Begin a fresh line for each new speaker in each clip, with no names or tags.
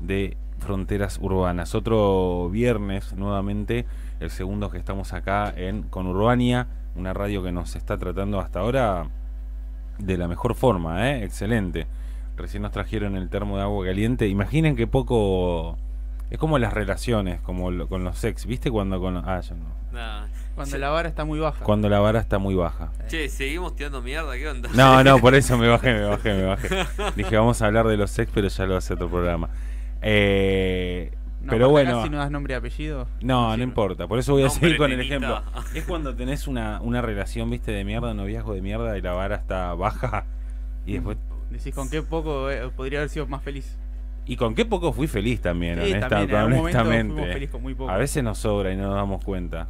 de Fronteras Urbanas. Otro viernes nuevamente, el segundo que estamos acá en Conurbania, una radio que nos está tratando hasta ahora de la mejor forma, ¿eh? excelente. Recién nos trajeron el termo de agua caliente. Imaginen que poco... Es como las relaciones, como lo- con los sex, ¿viste? Cuando con... Ah, yo no.
Nah.
Cuando
Se-
la vara está muy baja.
Cuando la vara está muy baja.
Che, seguimos tirando mierda, ¿qué onda?
No, no, por eso me bajé, me bajé, me bajé. Dije, vamos a hablar de los sex, pero ya lo hace otro programa. Eh,
No,
pero
porque acá
bueno,
Si no das nombre y apellido.
no, no
sirve.
importa. Por eso voy a
Hombre,
seguir con el
nenita.
ejemplo. Es cuando tenés una, una relación, viste, de mierda, noviazgo de mierda y la vara está baja. Y después.
Decís con qué poco eh, podría haber sido más feliz.
Y con qué poco fui feliz también,
Sí,
honesta-
también, en algún momento fuimos
honestamente.
feliz con muy poco.
A veces nos sobra y no nos damos cuenta.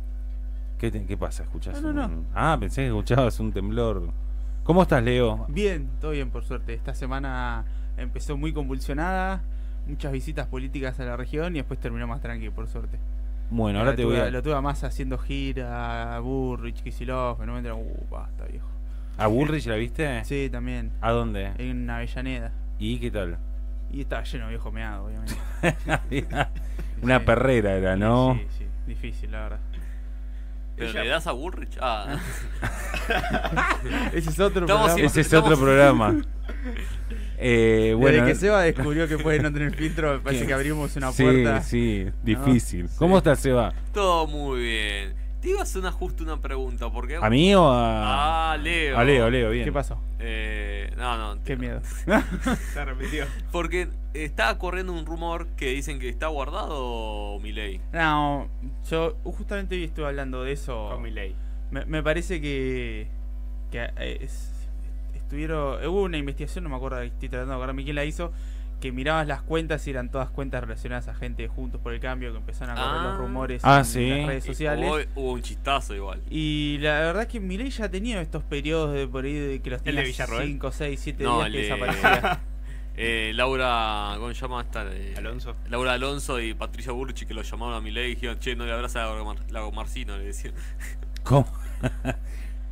¿Qué, te- qué pasa? ¿Escuchás?
No, no,
un- Ah, pensé que escuchabas un temblor. ¿Cómo estás, Leo?
Bien, todo bien por suerte. Esta semana empezó muy convulsionada, muchas visitas políticas a la región y después terminó más tranqui por suerte.
Bueno, ahora
Lo
te
tuve
voy a.
Lo tuve a Massa haciendo gira, Burrich, Kisilov, no me entran, uh, basta viejo.
¿A Bullrich la viste?
Sí, también,
¿A dónde?
en Avellaneda.
¿Y qué tal?
Y estaba lleno de viejo meado, obviamente.
Una
Sí.
perrera era, ¿no?
Sí, sí, difícil la verdad.
¿Pero
Ella-
le das a Burrich? Ah,
Ese es otro
Estamos
programa.
Ese es otro
Estamos-
programa. Eh, bueno,
Desde que Seba descubrió que puede no tener filtro, me parece
¿Qué?
que abrimos una
sí,
puerta.
sí, difícil. ¿Cómo
Sí.
estás, Seba?
todo muy bien. Te iba a hacer una, justo una pregunta, porque...
¿A mí o a.?
Ah, Leo.
a Leo, Leo, bien.
¿Qué pasó?
Eh, no, no.
Qué miedo.
Se repitió.
Porque estaba corriendo un rumor que dicen que está guardado Milei.
No, yo justamente hoy estuve hablando de eso.
Con mi ley.
Me, me parece que, que eh, es- estuvieron. Hubo una investigación, no me acuerdo, estoy tratando de acordarme quién la hizo. Que mirabas las cuentas y eran todas cuentas relacionadas a gente de juntos por el cambio, que empezaron a correr
Ah.
los rumores
Ah,
en
sí.
las redes sociales.
Hubo, hubo un chistazo igual.
Y la verdad es que Milei ya ha tenido estos periodos de por ahí de que los
¿El de
tenía
Villarroel?
5, 6, 7
No,
días
el
que
de-
desaparecía.
Eh, Laura, ¿cómo se llama esta? Eh,
Alonso.
Laura Alonso y Patricia Burchi que lo llamaron a Milei y dijeron, che, no le abraza a Mar- Lago Marcino, le decían.
¿Cómo?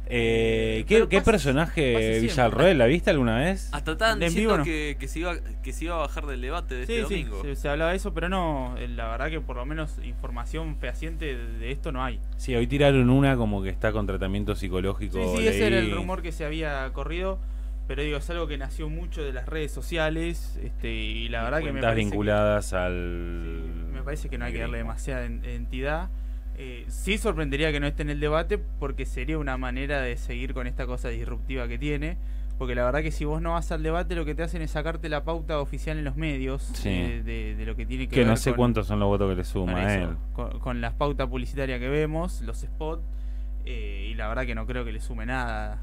Eh, ¿Qué,
Pero
qué
pasa- pasa
personaje
siempre. Ah.
Villarroel la viste alguna vez?
Hasta tan
De en
diciendo
vivo no.
que, que se iba, que se iba a bajar del debate de
sí,
este
sí,
domingo.
se, se hablaba de eso, pero no, eh, la verdad que por lo menos información fehaciente de de esto no hay.
Sí, hoy tiraron una como que está con tratamiento psicológico.
Sí, sí,
leí.
ese era el rumor que se había corrido. Pero digo, es algo que nació mucho de las redes sociales. Este, y la verdad que me
Cuentas
parece.
vinculadas
Que,
al.
sí, me parece que no hay que darle
gringo.
demasiada en- entidad. Eh, sí sorprendería que no esté en el debate porque sería una manera de seguir con esta cosa disruptiva que tiene. Porque la verdad que si vos no vas al debate lo que te hacen es sacarte la pauta oficial en los medios
Sí.
eh, de, de lo que tiene que,
Que
ver
no sé
con-
cuántos son los votos que le
con
suma eh. a
eso,
él.
con, con las pautas publicitarias que vemos, los spots, eh, y la verdad que no creo que le sume nada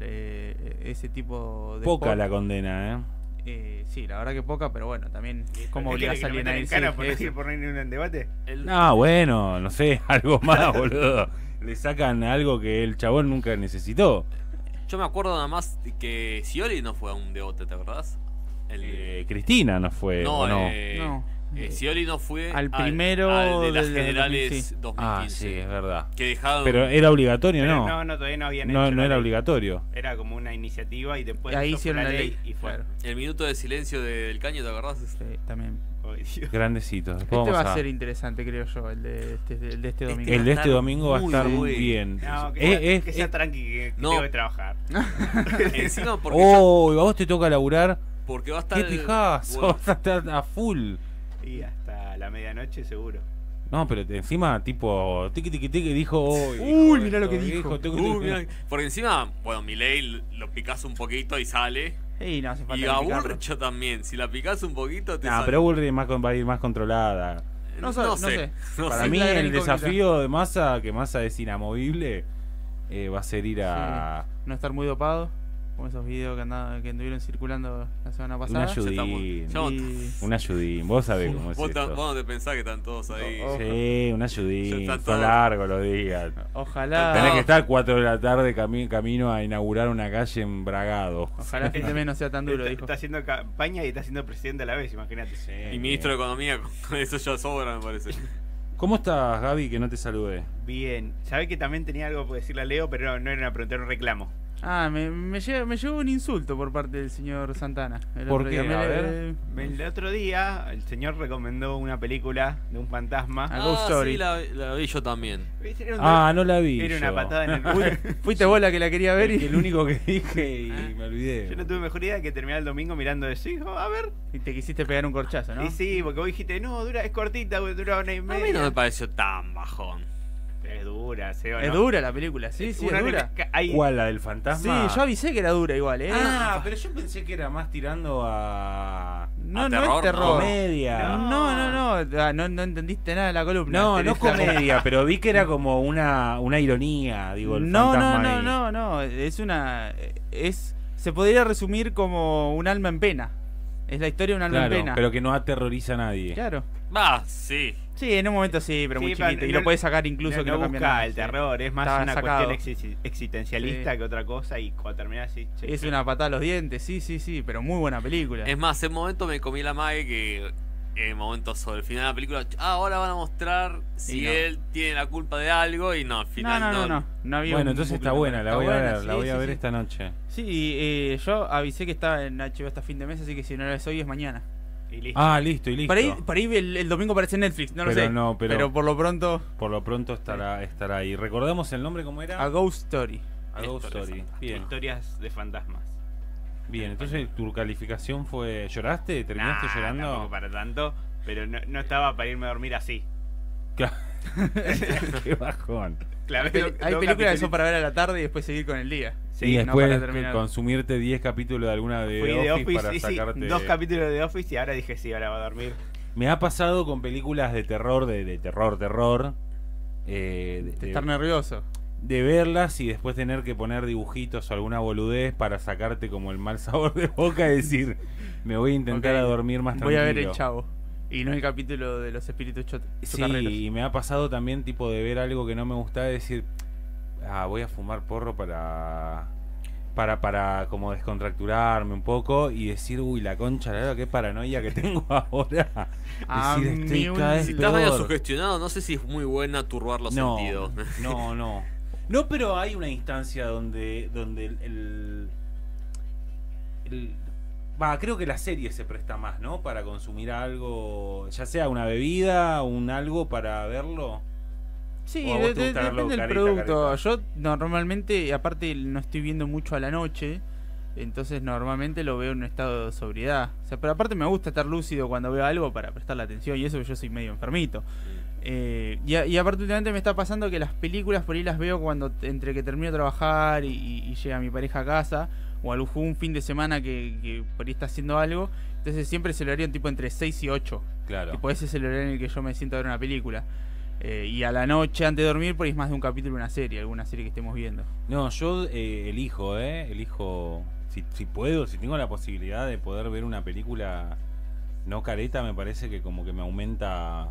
eh, ese tipo de...
Poca
spot.
la condena, ¿eh?
Eh, sí, la verdad que poca, pero bueno, también eh, cómo
¿Usted
obligás a alguien
quiere que lo
a
metan en
irse.
cara por,
Ese.
no por no ir en un debate?
El-
No, bueno, no sé, algo más, boludo. Le sacan algo que el chabón nunca necesitó.
Yo me acuerdo nada más de que Scioli no fue a un debate, ¿te acordás? El,
Eh, Cristina no fue,
no,
¿o no?
eh,
No,
eh,
eh,
Scioli no fue
al primero
al de las
del- del
generales 2015.
Ah, sí, es verdad.
Que dejaron.
Pero era obligatorio,
Pero
¿no?
no, no, todavía no habían
No,
hecho
no
la
era
ley.
obligatorio.
Era como una iniciativa y después
ahí
eso fue
hicieron la ley.
y fue.
claro.
El minuto de silencio del caño, ¿te acordás?
Sí, también.
Oh, Dios.
Grandecitos. Después
Este
vamos
va a
a-
ser interesante, creo yo, el de este, el de este
Este
domingo.
El de
va a
este
estar
domingo va a
muy
estar muy
bueno.
bien.
No, que,
Eh,
sea,
eh,
que sea
eh.
tranqui, que, que
No.
tengo que trabajar.
Encima porque,
Oh, a vos te toca laburar.
ya- porque va a estar.
Qué pijazo,
bueno,
vas a estar a full.
Y hasta la medianoche seguro.
No, pero te- encima, tipo, tiqui tiqui tiqui dijo. "Oh,
Uy,
hijo de
mirá lo que
esto,
dijo".
tiqui, tiqui,
uh,
tiqui".
mirá, porque encima, bueno, Milei lo picás un poquito y sale.
Y no hace falta
Y a
ni picarlo.
Burcho también. Si la picás un poquito, te
Nah,
sale.
pero Bullrich más con- va a ir más controlada.
No sé, no sé.
No
Para
sé.
mí
la gran
el
incógnita.
desafío de Massa, que Massa es inamovible, eh, va a ser ir a
No estar muy dopado, como esos videos que, andaban, que anduvieron circulando la semana
un
pasada.
ayudín.
Ya estamos.
Y-
Un ayudín, vos sabés cómo es
Vos, ta-
esto.
vos no te pensás que están todos ahí.
Oh, oh.
Sí, un
Ya
ayudín,
está
son
todo.
largos los días.
Ojalá.
Tenés
No.
que estar 4 de la tarde cami- camino a inaugurar una calle en Bragado.
Ojalá fin de mes no sea tan duro,
está,
dijo.
está haciendo campaña y está siendo presidente a la vez, imagínate.
Y ministro de Economía, con eso ya sobra, me parece.
¿Cómo estás, Gaby, que no te saludé?
Bien. Sabés que también tenía algo por decirle a Leo, pero no, no era una pregunta, era un reclamo.
Ah, me, me, lle- me llegó un insulto por parte del señor Santana. el
¿Por
otro
qué?
día. Me-
A ver.
El otro día el señor recomendó una película de un fantasma.
Ah, Ghost Story.
sí, la, la vi yo también.
Era un-
Ah, no la vi.
era una
yo.
patada en el culo.
Fuiste vos la que la quería ver
Es que
y,
el único que dije y
Ah.
me olvidé.
Yo no tuve mejor idea que terminar el domingo mirando de hijo, a ver.
y te quisiste pegar un corchazo, ¿no?
Y sí, porque vos dijiste, no, dura, es cortita, güey, dura
Ah,
una y
A mí no me
media.
pareció tan bajón.
Es dura, Seba.
Es
¿no?
dura la película, sí, sí,
Una
es
hora y
dura.
media. Hay-
¿Cuál? ¿La del
Sí,
fantasma?
yo avisé que era dura igual, ¿eh?
Ah, pero yo pensé que era más tirando a.
no,
a
no
terror,
es terror.
comedia.
No, no, no, ah, no, no entendiste nada de la columna.
No, no
Teresa.
comedia, pero vi que era como una, una ironía, digo, el
no, no,
fantasma
no,
ahí.
no, no, es una es se podría resumir como un alma en pena. Es la historia de un alma
Claro,
en pena.
pero que no aterroriza a nadie.
Claro.
Va, sí.
Sí, en un momento sí, pero
Sí,
muy
pero
chiquito y
no-
lo puedes sacar incluso
no,
que
no
no, cambia
busca
nada.
el
sí.
terror, es más
Estaba
una
sacado.
cuestión exi- existencialista
Sí.
que otra cosa y cuando terminás así, che,
Es una patada a los dientes, sí, sí, sí, pero muy buena película.
Es más, en momento me comí la mague que en momentos sobre el final de la película, ah, ahora van a mostrar si
no.
él tiene la culpa de algo y no, al
no,
final
no, no, no, no había
Bueno,
un
entonces
bucle,
está
no,
buena, la
está
voy a
buena,
ver, la
sí,
voy a
sí,
ver
sí.
esta noche.
Sí, y, eh, yo avisé que estaba en HBO hasta fin de mes, así que si no la ves hoy es mañana.
y listo.
Ah, listo y listo.
Por ahí, por ahí el, el domingo aparece en Netflix, no
Pero
lo sé.
no, pero-
por lo pronto,
Por lo pronto estará estará ahí. ¿Recordamos el nombre cómo era?
a Ghost Story.
A Ghost
Esto
Story.
es
Bien.
Historias de fantasmas.
Bien, entonces tu calificación fue ¿lloraste? ¿Terminaste
Nah, tampoco
llorando?
para tanto, pero no, no estaba para irme a dormir así.
Claro. Qué bajón.
Claro,
Hay, pel-
dos-
hay películas
dos
que son
capitulitos.
para ver a la tarde y después seguir con el día.
y
Sí,
no,
después
para terminar.
consumirte 10 capítulos de alguna de,
Fui
Office,
de Office,
para
sí, sí,
sacarte.
dos capítulos de Office y ahora dije sí, ahora va a dormir.
Me ha pasado con películas de terror, de, de terror, terror. eh, de,
De
de-
estar nervioso.
de verlas y después tener que poner dibujitos o alguna boludez para sacarte como el mal sabor de boca y decir, me voy a intentar
Ok,
a dormir más
Voy
tranquilo.
a ver el chavo. Y no el capítulo de los espíritus chot-
Sí,
chocarreros.
y me ha pasado también tipo de ver algo que no me gustaba y decir, ah, voy a fumar porro para para para como descontracturarme un poco y decir, uy, la concha, la verdad, qué paranoia que tengo ahora.
A
decir,
mí
estoy
un-
cada vez
si
Estás medio
peor".
sugestionado, no sé si es muy buena turbar los
no,
sentidos.
No, no. No, pero hay una instancia donde donde el, el- el- va, creo que la serie se presta más, ¿no? Para consumir algo, ya sea una bebida, un algo para verlo.
Sí,
¿O a vos
de-
te
de-
gusta verlo
depende del
careta,
producto.
careta?
Yo normalmente, aparte no estoy viendo mucho a la noche, entonces normalmente lo veo en un estado de sobriedad. O sea, pero aparte me gusta estar lúcido cuando veo algo para prestarle atención y eso que yo soy medio enfermito. Eh, y, a- y aparte últimamente me está pasando que las películas por ahí las veo cuando t- entre que termino de trabajar y, y- y llega mi pareja a casa o algún un fin de semana que, que por ahí está haciendo algo. Entonces siempre se lo haría tipo entre 6 y 8.
Claro.
Tipo, ese es el horario en el que yo me siento a ver una película. Eh, y a la noche, antes de dormir, por ahí es más de un capítulo de una serie, alguna serie que estemos viendo.
No, yo eh, elijo, ¿eh? Elijo, si, si puedo, si tengo la posibilidad de poder ver una película no careta, me parece que como que me aumenta...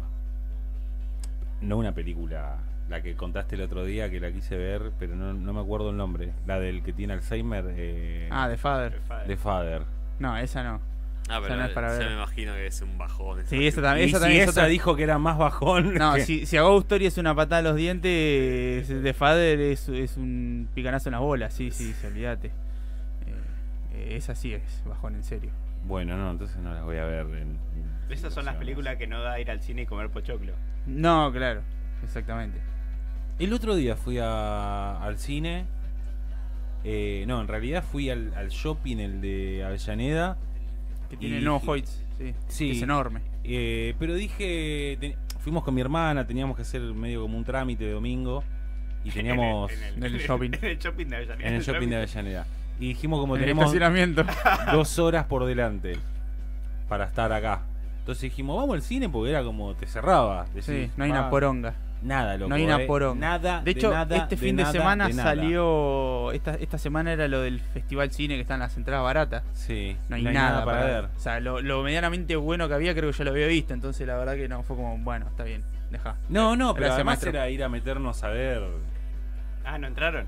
No una película, la que contaste el otro día, que la quise ver, pero no, no me acuerdo el nombre. La del que tiene Alzheimer, eh,
Ah, The Father.
de Father.
No, esa no.
Ah, pero
no es para
ya
ver.
me imagino que es un bajón.
Sí, esa
y
también. Esa
si
también es
esa
otra-
dijo que era más bajón...
No,
que-
si, si a Ghost Story es una patada a los dientes, The Father es, es un picanazo en las bolas. Sí, sí, sí, olvídate. Eh, eh, esa sí es bajón, en serio.
Bueno, no, entonces no las voy a ver. en- en
Esas son las
situaciones.
películas que no da ir al cine y comer pochoclo.
No, claro, exactamente.
El otro día fui a- al cine. Eh, no, en realidad fui al, al shopping, el de Avellaneda.
Que
Y
tiene no
dije-
Hoyts, sí.
Sí.
que es enorme.
Eh, pero dije. te- fuimos con mi hermana, teníamos que hacer medio como un trámite de domingo. Y teníamos.
En el,
en el shopping.
En el shopping de Avellaneda.
en el shopping de Avellaneda. Y dijimos como
En el
tenemos
estacionamiento.
dos horas por delante para estar acá. Entonces dijimos, vamos al cine porque era como te cerraba.
Sí,
Decís,
no hay
"Va".
una poronga.
Nada, loco.
No hay una
eh.
poronga.
Nada,
De hecho,
nada,
este fin de,
nada,
semana
nada.
salió. Esta, esta semana era lo del Festival Cine que están las entradas baratas.
Sí,
No hay, nada, para ver. O sea, lo, lo medianamente bueno que había creo que ya lo había visto. Entonces, la verdad que no, fue como, bueno, está bien, deja.
No, no, pero
Gracias,
además
maestro.
era ir a meternos a ver.
Ah, ¿no entraron?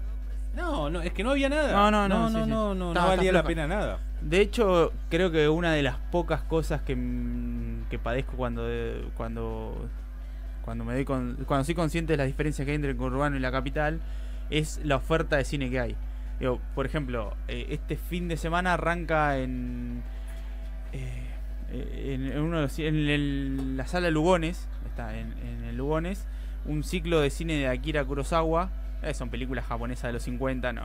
No, no, es que no había nada.
No, no, no,
no,
sí, sí.
no, no, no
Estaba-
valía la
estaba floja.
pena nada.
De hecho, creo que una de las pocas cosas que, mm, que padezco cuando, de- cuando, cuando me doy con- cuando soy consciente de las diferencias que hay entre el urbano y la capital es la oferta de cine que hay. Digo, por ejemplo, eh, este fin de semana arranca en. eh, en, en uno de los ci- en el- la sala Lugones, está en, en el Lugones, un ciclo de cine de Akira Kurosawa. Eh, son películas japonesas de los 50, no,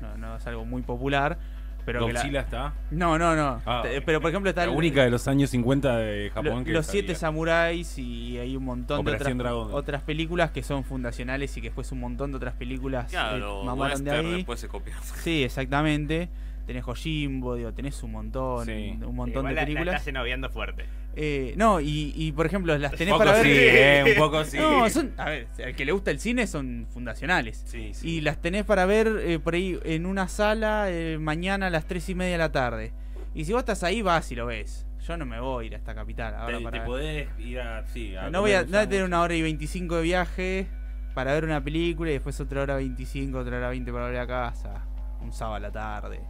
no, no es algo muy popular. Pero que la-
Godzilla está.
No, no, no.
Ah,
Te- Pero por ejemplo está
La
el-
única de los años 50 de Japón
lo-
que
los siete
sabía.
samuráis y hay un montón
Operación
de otras,
Dragón.
otras películas que son fundacionales y que después un montón de otras películas eh,
Claro,
mamaron de
Western
ahí.
después se copiaron.
Sí, exactamente. Tenés Jojimbo, digo, tenés un montón,
Sí.
un montón de películas.
Estás noviando fuerte.
Eh, no, y, y, por ejemplo, las
Un
tenés
poco
para ver.
sí, eh, un poco sí.
No, son. A ver, al que le gusta el cine son fundacionales.
Sí, sí.
Y las tenés para ver eh, por ahí en una sala eh, mañana a las 3 y media de la tarde. Y si vos estás ahí, vas y lo ves. Yo no me voy a ir hasta Capital. Ahora
te,
para...
te podés ir a. Sí, a
no voy a,
comer un
no voy a tener
sándwich.
una hora y 25 de viaje para ver una película y después otra hora 25, otra hora 20 para volver a casa. Un sábado a la tarde.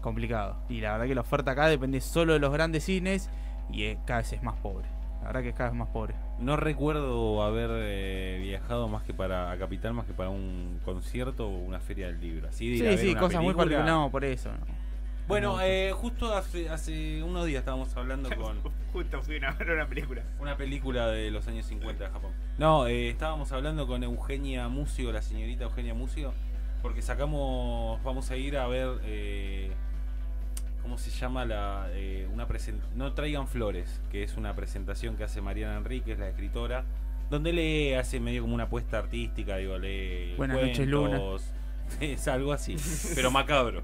Complicado. Y la verdad que la oferta acá depende solo de los grandes cines y eh, cada vez es más pobre. La verdad que es cada vez más pobre.
No recuerdo haber eh, viajado más que para a Capital, más que para un concierto o una feria del libro. Así de ir a
Sí,
ver
sí,
una
cosas muy
película.
particulares. No, por eso. no.
Bueno,
No,
eh, justo hace, hace unos días estábamos hablando con
Justo fui a una- ver una película.
una película de los años 50 de Japón. No, eh, estábamos hablando con Eugenia Mucio, la señorita Eugenia Mucio, porque sacamos, vamos a ir a ver, eh, ¿cómo se llama? la eh, una presen- No traigan flores, que es una presentación que hace Mariana Enríquez, la escritora, donde le hace medio como una apuesta artística, digo, lee
Buenas noches, Luna.
cuentos, es algo así, pero macabro.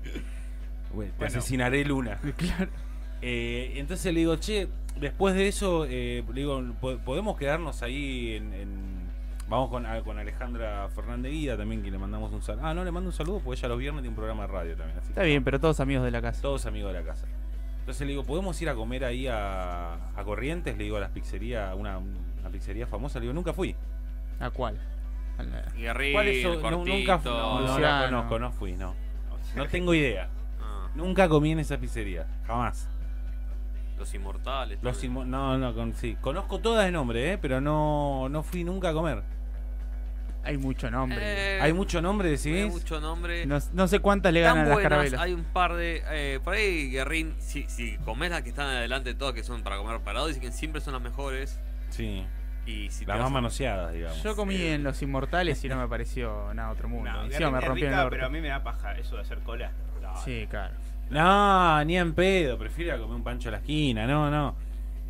Bueno, te asesinaré, Luna.
Claro.
Eh, entonces le digo, che, después de eso, eh, le digo, "Po- podemos quedarnos ahí en. en- Vamos con, a- con Alejandra Fernández Guida también, que le mandamos un saludo. Ah, no, le mando un saludo porque ella los viernes tiene un programa de radio también. Así
Está
que
bien, pero todos amigos de la casa.
Todos amigos de la casa. Entonces le digo, ¿podemos ir a comer ahí a, a Corrientes? Le digo, a las pizzerías, una, una pizzería famosa. Le digo, nunca fui.
¿A cuál? A la-
Guerrero,
¿Cuál es su- no, nunca fui. No, no la
Luciano.
conozco, no fui, no. No tengo idea.
Ah,
Nunca comí en esa pizzería. Jamás.
los inmortales.
Los
también.
inmo- no, no, con- sí. Conozco todas de nombre, ¿eh? pero no, no fui nunca a comer.
Hay mucho nombre.
Eh,
Hay mucho nombre,
hay
decís.
mucho nombre.
No, no sé cuántas le
Están
ganan a las
buenas,
carabelas.
Hay un par de. eh, por ahí, Guerrín, si, si comes las que están adelante, todas que son para comer parados, dicen que siempre son las mejores.
Sí,
Y si te
las
vas
más
a-
manoseadas, digamos.
Yo comí
Sí.
en Los Inmortales y no me pareció nada otro mundo.
No,
Encima me
es
rompieron
rica,
el orto.
pero a mí me da paja eso de hacer cola. No,
Sí, claro.
No, ni en pedo. Prefiero ir a comer un pancho a la esquina. No, no.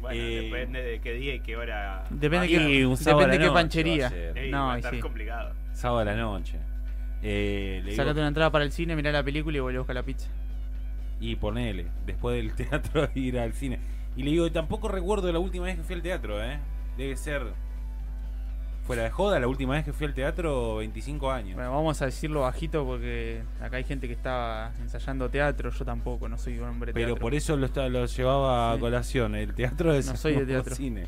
Bueno,
Eh,
depende de qué día y qué hora.
Depende
Aquí
qué-
un
depende
sábado a la
qué
noche
panchería.
va a ser.
Ey,
no,
va a
y
estar
sí.
complicado.
Sábado a la noche. Eh, le digo-
Sacate una entrada para el cine, mirá la película y volví a buscar la pizza.
y ponele. Después del teatro, ir al cine. Y le digo, tampoco recuerdo la última vez que fui al teatro, ¿eh? Debe ser. Fuera de joda, la última vez que fui al teatro, 25 años.
Bueno, vamos a decirlo bajito porque acá hay gente que estaba ensayando teatro. Yo tampoco, no soy un hombre de
Pero
teatro.
por eso lo, está- lo llevaba
Sí.
a colación. El teatro es
No soy de
el nuevo
teatro.
cine.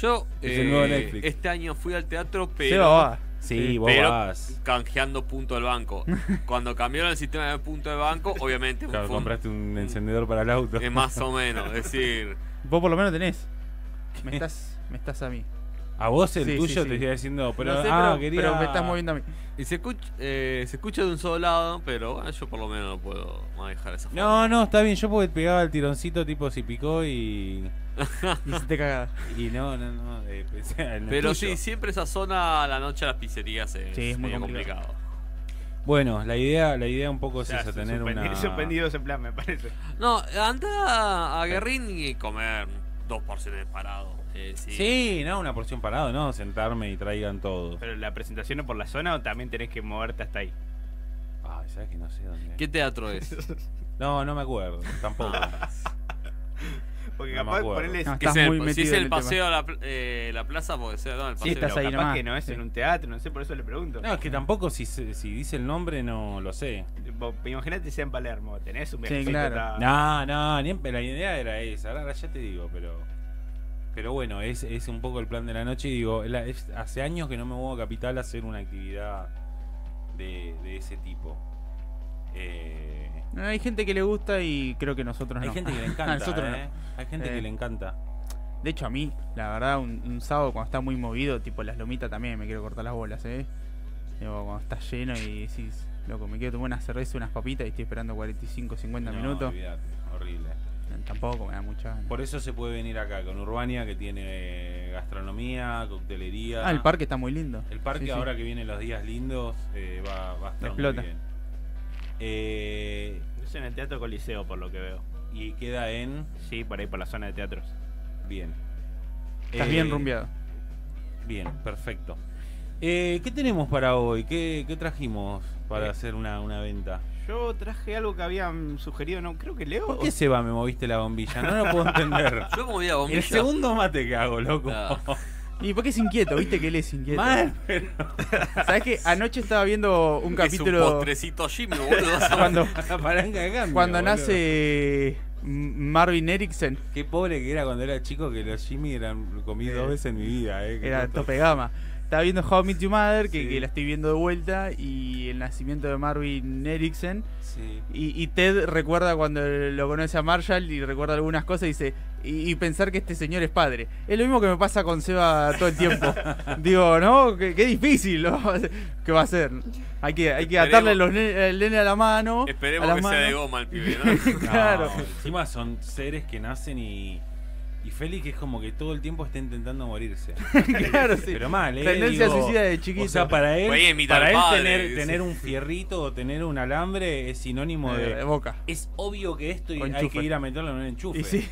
Yo
Es el nuevo
eh,
Netflix.
este año fui al teatro,
Seba
pero
va.
Sí,
Sí,
vos
pero-
vas.
canjeando punto del banco. Cuando cambiaron el sistema de punto del banco, obviamente
Claro,
fue un-
compraste
Mm.
un encendedor para el auto.
Em,
es más o menos. Es decir,
Vos por lo menos tenés. Me estás, me estás a mí.
A vos el
Sí, sí,
tuyo
sí.
te estoy diciendo, pero,
No sé,
ah,
pero,
quería-
pero me estás moviendo a mí.
y se, escucha, eh, se escucha de un solo lado, pero bueno, yo por lo menos no puedo manejar esa forma.
No, no, está bien. Yo porque pegaba el tironcito, tipo si picó y.
Y se te cagada.
Y no, no, no. eh, pensé en el
Pero
tuyo.
sí, siempre esa zona a la noche a las pizzerías es,
Sí, es muy
medio
complicado.
complicado.
Bueno, la idea, la idea un poco
O sea,
es esa, tener
suspendi-
una.
suspendido ese plan, me parece.
No, anda a Guerrín y comer dos porciones de parado. eh, sí.
Sí, no, una porción parado, no, sentarme y traigan todo.
Pero la presentación es por la zona o también tenés que moverte hasta ahí.
Ay, sabes que no sé dónde.
¿Qué teatro es?
No, no me acuerdo, tampoco.
Porque
No me
capaz
acuerdo.
ponerle.
No,
Que
estás
es el-
muy
si
metido
es
en
el
el
paseo a la, pl- eh, la plaza, porque sea no, el paseo.
estás ahí
capaz
nomás.
que no es
Sí.
en un teatro, no sé, por eso le pregunto.
No, es que tampoco si, se- si dice el nombre no lo sé.
Vos- Imagínate sea en Palermo, tenés un viajecito
claro.
hasta-
No, no, ni en pe- la idea era esa. Ahora ahora ya te digo, pero. Pero bueno, es, es un poco el plan de la noche. Y digo, la- es- hace años que no me muevo a Capital a hacer una actividad de, de ese tipo. Eh,
No, hay gente que le gusta y creo que nosotros
hay
no.
gente que le
A
encanta.
nosotros no.
¿eh? Hay gente
Eh.
que le encanta.
De hecho, a mí, la verdad, un, un sábado cuando está muy movido, tipo las lomitas también, me quiero cortar las bolas, ¿eh? Digo, cuando está lleno y decís, Loco, me quiero tomar una cerveza, unas papitas y estoy esperando 45, 50
No,
minutos.
olvídate, horrible.
Tampoco me da mucha gana.
Por eso se puede venir acá con Urbania, que tiene eh, gastronomía, coctelería.
Ah, el parque está muy lindo.
El parque
Sí, sí.
ahora que vienen los días lindos eh, va, va a estar
Explota.
muy bien. Eh,
Es en el Teatro Coliseo, por lo que veo.
y queda en
Sí, por ahí, por la zona de teatros.
bien.
Estás
Eh,
bien rumbeado.
Bien, perfecto. Eh, ¿Qué tenemos para hoy? ¿Qué, qué trajimos para
Eh.
hacer una, una venta?
Yo traje algo que habían sugerido, no creo que Leo.
¿Por qué se va? Me moviste la bombilla. No lo puedo entender.
Yo como a bombilla.
El segundo mate que hago, loco.
Ah.
Y porque es inquieto, viste que él es inquieto.
Mal, pero-
¿Sabes que Anoche estaba viendo un
Es un
capítulo
postrecito Jimmy, boludo.
cuando,
Paranca de cambio,
cuando
boludo.
nace M- Marvin Erickson.
Qué pobre que era cuando era chico que los Jimmy eran lo comí
Eh,
dos veces en mi vida. Eh, que
Era
todo-
tope gama. Estaba viendo How I Met Your Mother, que,
Sí.
que la estoy viendo de vuelta, y el nacimiento de Marvin Erickson.
Sí.
Y, y Ted recuerda cuando lo conoce a Marshall y recuerda algunas cosas y dice, y, y pensar que este señor es padre. Es lo mismo que me pasa con Seba todo el tiempo. Digo, ¿no? Qué, qué difícil, ¿no? ¿Qué va a ser? Hay que, hay que
Esperemos-
atarle los ne- el nene a la mano.
Esperemos
a la
que sea
mano.
de goma el pibe, ¿no?
Claro.
No, encima son seres que nacen y. Y Félix es como que todo el tiempo está intentando morirse.
Claro, sí.
Pero mal, ¿eh?
Tendencia
Digo,
suicida de chiquito.
O sea, para
Voy a
él,
imitar
para
al
él
padre,
tener,
dice.
tener un fierrito o tener un alambre es sinónimo
Eh,
de.
boca.
Es obvio que esto y
O
hay
enchufe.
que ir a meterlo en un enchufe.
Y sí,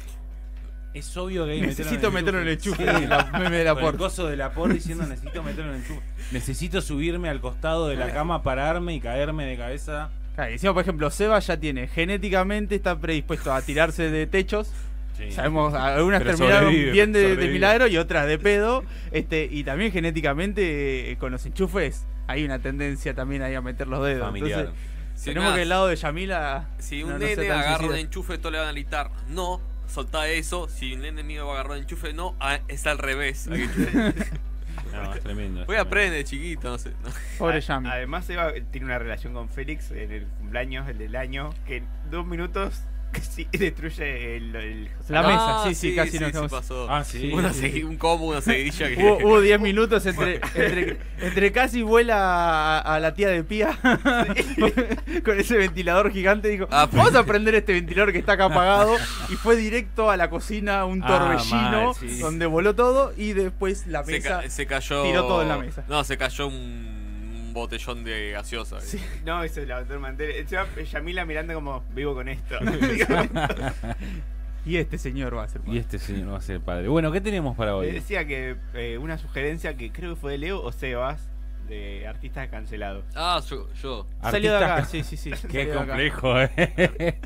Es obvio que hay que
necesito meterlo en el enchufe.
Sí,
La meme de la
Con el
puerta.
coso de la porra diciendo necesito meterlo en el enchufe. Necesito subirme al costado de
Eh.
la cama, pararme y caerme de cabeza.
Claro, y encima, por ejemplo, Seba ya tiene genéticamente, está predispuesto a tirarse de techos.
Sí.
Sabemos, algunas
Pero
terminaron
sobrevive,
bien de, de
sobrevive.
milagro y otras de pedo. Este, y también genéticamente eh, con los enchufes hay una tendencia también ahí a meter los dedos.
Familiar.
Entonces,
Si
tenemos
nada,
que el lado de Yamila.
Si un
no- no sea
nene
tan
agarra un
suicida.
enchufe, todo le van a gritar, no, soltá eso. Si un nene mío agarró un enchufe, no, ah, es al revés. Hay que-
No, es tremendo. es
Voy
tremendo.
a aprender, chiquito, no sé. ¿no?
Pobre
A-
Yami.
Además, Eva tiene una relación con Félix en el cumpleaños, el del año, que en dos minutos casi destruye el. el-
La
Ah,
mesa, sí, sí, casi nos quedamos-
pasó.
Ah, sí.
Una
sí,
segui- un combo, una seguidilla que...
Hubo hubo 10 minutos entre, entre, entre casi vuela a, a la tía de Pía con ese ventilador gigante. Dijo:
Ah, pues.
Vamos a prender este ventilador que está acá apagado. Y fue directo a la cocina, un
Ah,
torbellino
mal, sí.
donde voló todo. Y después la
se,
mesa.
ca- se cayó...
tiró todo en la mesa.
No, se cayó un botellón de gaseosa.
Sí.
No, eso es la otra mantel. Encima, Yamila mirando como vivo con esto.
Y este señor va a ser
Y este señor va a ser padre. Bueno, ¿qué tenemos para
Le
hoy?
decía que eh, una sugerencia que creo que fue de Leo o Sebas, de artistas cancelados.
Ah, yo... yo.
Salió de acá,
Artistas-
sí, sí, sí. salió
este Qué
de acá.
complejo, eh.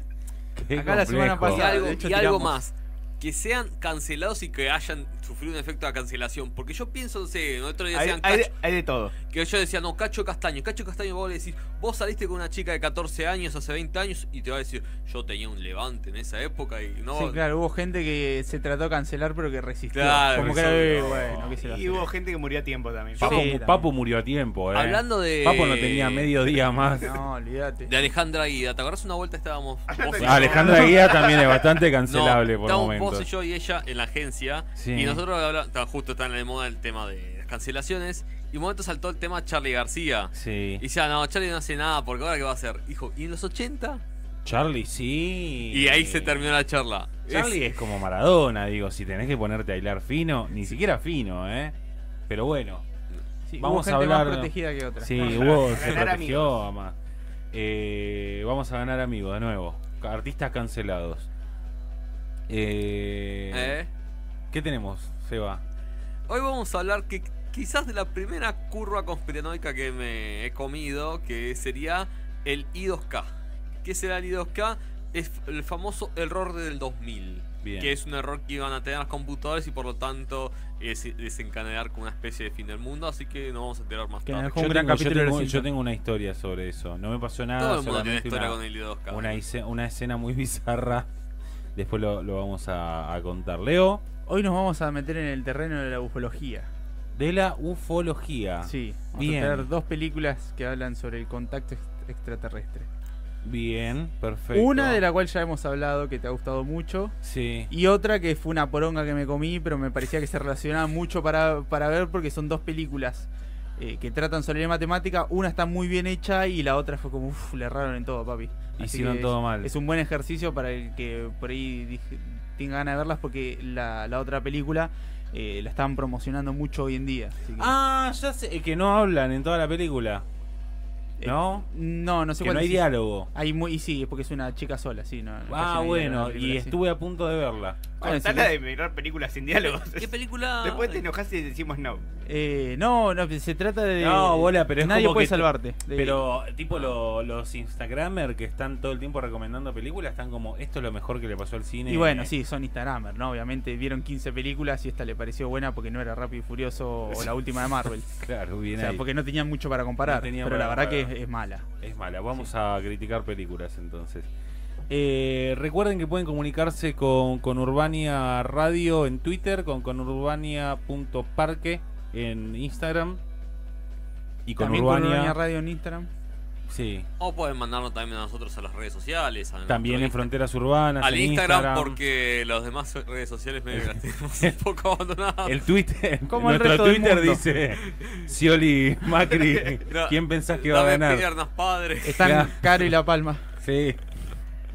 Qué
Acá la semana
complejo.
Y
pasada-
algo,
de hecho,
y algo
tiramos.
más. Que sean cancelados y que hayan sufrido un efecto de cancelación. Porque yo pienso, no sé, el otro día
Hay,
decían
hay de,
Cacho-
hay de todo.
que yo decía, no, Cacho Castaño. Cacho Castaño, vos le decís, vos saliste con una chica de 14 años hace 20 años y te va a decir, yo tenía un levante en esa época y no.
Sí, claro, hubo gente que se trató de cancelar, pero que resistió.
Claro,
Como que
eso-
era, "Eh, bueno, ¿qué se lo
Y hubo gente que murió a tiempo también.
Papo,
Sí, también.
Papo murió a tiempo, eh.
Hablando de.
Papo no tenía medio día más.
No, olvídate.
De Alejandra Guida, ¿te acordás una vuelta estábamos? vos y yo?
Ah, Alejandra Guía también es bastante
No,
cancelable por
estábamos
momentos.
vos y yo y ella en la agencia.
Sí.
Y nosotros habla- está- justo está en la moda el tema de las cancelaciones. Y un momento saltó el tema Charlie García.
Sí.
Y decía, no, Charlie no hace nada porque ahora qué va a hacer. Hijo, ¿y en los 80?
Charlie, sí.
Y ahí se terminó la charla.
Charlie es... como Maradona, digo, si tenés que ponerte a hilar fino, ni siquiera fino, ¿eh? Pero bueno,
Sí,
Vamos
hubo gente
a hablar-
más protegida que otra.
sí,
Vamos a
hubo,
ganar
se
amigos.
protegió, ama. Eh, vamos a ganar amigos de nuevo. Artistas cancelados. Eh,
¿Eh?
¿Qué tenemos, Seba?
Hoy vamos a hablar que quizás de la primera curva conspiranoica que me he comido, que sería el I2K. ¿Qué será el I2K? Es el famoso error del 2000.
Bien.
Que es un error que iban a tener los computadores y por lo tanto eh, se- desencadenar como una especie de fin del mundo. Así que nos vamos a enterar más
Que
tarde.
Fue
Yo
un gran
tengo, yo
capítulo de
tengo-
los
yo
Simpsons.
tengo una historia sobre eso. No me pasó nada.
Todo el mundo tiene
solamente
historia
una-
con el I2K.
una, hice- una escena muy bizarra. Después lo, lo vamos a, a contar. Leo,
Hoy nos vamos a meter en el terreno de la ufología.
de la ufología.
Sí, vamos
Ah, bien.
a tener dos películas que hablan sobre el contacto ex- extraterrestre.
Bien, perfecto.
Una de la cual ya hemos hablado, que te ha gustado mucho.
Sí.
Y otra que fue una poronga que me comí, pero me parecía que se relacionaba mucho para, para ver porque son dos películas. eh, que tratan sobre la matemática, una está muy bien hecha y la otra fue como, uff, le erraron en todo, papi.
Hicieron
que
todo
es,
mal.
Es un buen ejercicio para el que por ahí dije- tenga ganas de verlas porque la, la otra película eh, la están promocionando mucho hoy en día. así que-
Ah, ya sé, que no hablan en toda la película.
Eh,
¿No?
No, no sé
que
cuál
no hay
es.
diálogo.
Hay muy, y sí, es porque es una chica sola, sí. No, casi no
Ah,
hay
bueno,
diálogo en la
y
película, sí.
estuve a punto de verla.
Bueno,
Cortala
sí,
de mirar películas sin diálogos.
¿Qué película?
Después te enojas y decimos no.
Eh, no, no, se trata de.
No, bola, pero es
Nadie
como
puede
que-
salvarte. de-
Pero, tipo, lo- los Instagrammer que están todo el tiempo recomendando películas están como, esto es lo mejor que le pasó al cine.
Y bueno, sí, son Instagramers, ¿no? Obviamente vieron 15 películas y esta le pareció buena porque no era Rápido y Furioso o la última de Marvel.
Claro, bien
o sea,
ahí.
porque no tenían mucho para comparar.
No tenían
pero la
para
verdad que es,
comparar.
es mala.
Es mala, vamos a criticar películas entonces. Eh, recuerden que pueden comunicarse con, con Urbania Radio en Twitter, con conurbania.parque en Instagram y con
También
Urbania,
con Urbania Radio en Instagram.
sí,
O pueden mandarnos también a nosotros a las redes sociales. a
también en
nuestro Insta-
Fronteras Urbanas,
Al
en
Instagram, porque las demás redes sociales medio que las tenemos un poco abandonadas.
El Twitter,
Como el
nuestro
resto del
Twitter
mundo.
dice Scioli Macri,
No,
¿quién pensás que va a
Dame
ganar?
piernas, padre.
Están
Claro.
Caro y La Palma.
Sí.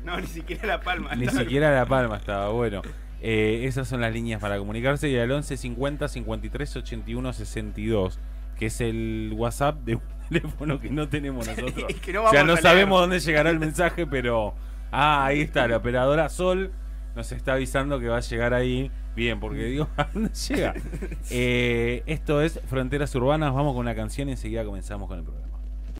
No, ni siquiera La Palma.
Ni
No.
siquiera La Palma estaba bueno. Eh, esas son las líneas para comunicarse y al 11 50 53 81 62, que es el WhatsApp de un teléfono que no tenemos nosotros.
Es que no
o sea,
vamos
no
a leer.
sabemos dónde llegará el mensaje, pero. Ah, ahí está, la operadora Sol nos está avisando que va a llegar ahí. Bien, porque digo, ¿a dónde llega? Eh, esto es Fronteras Urbanas. Vamos con la canción y enseguida comenzamos con el programa.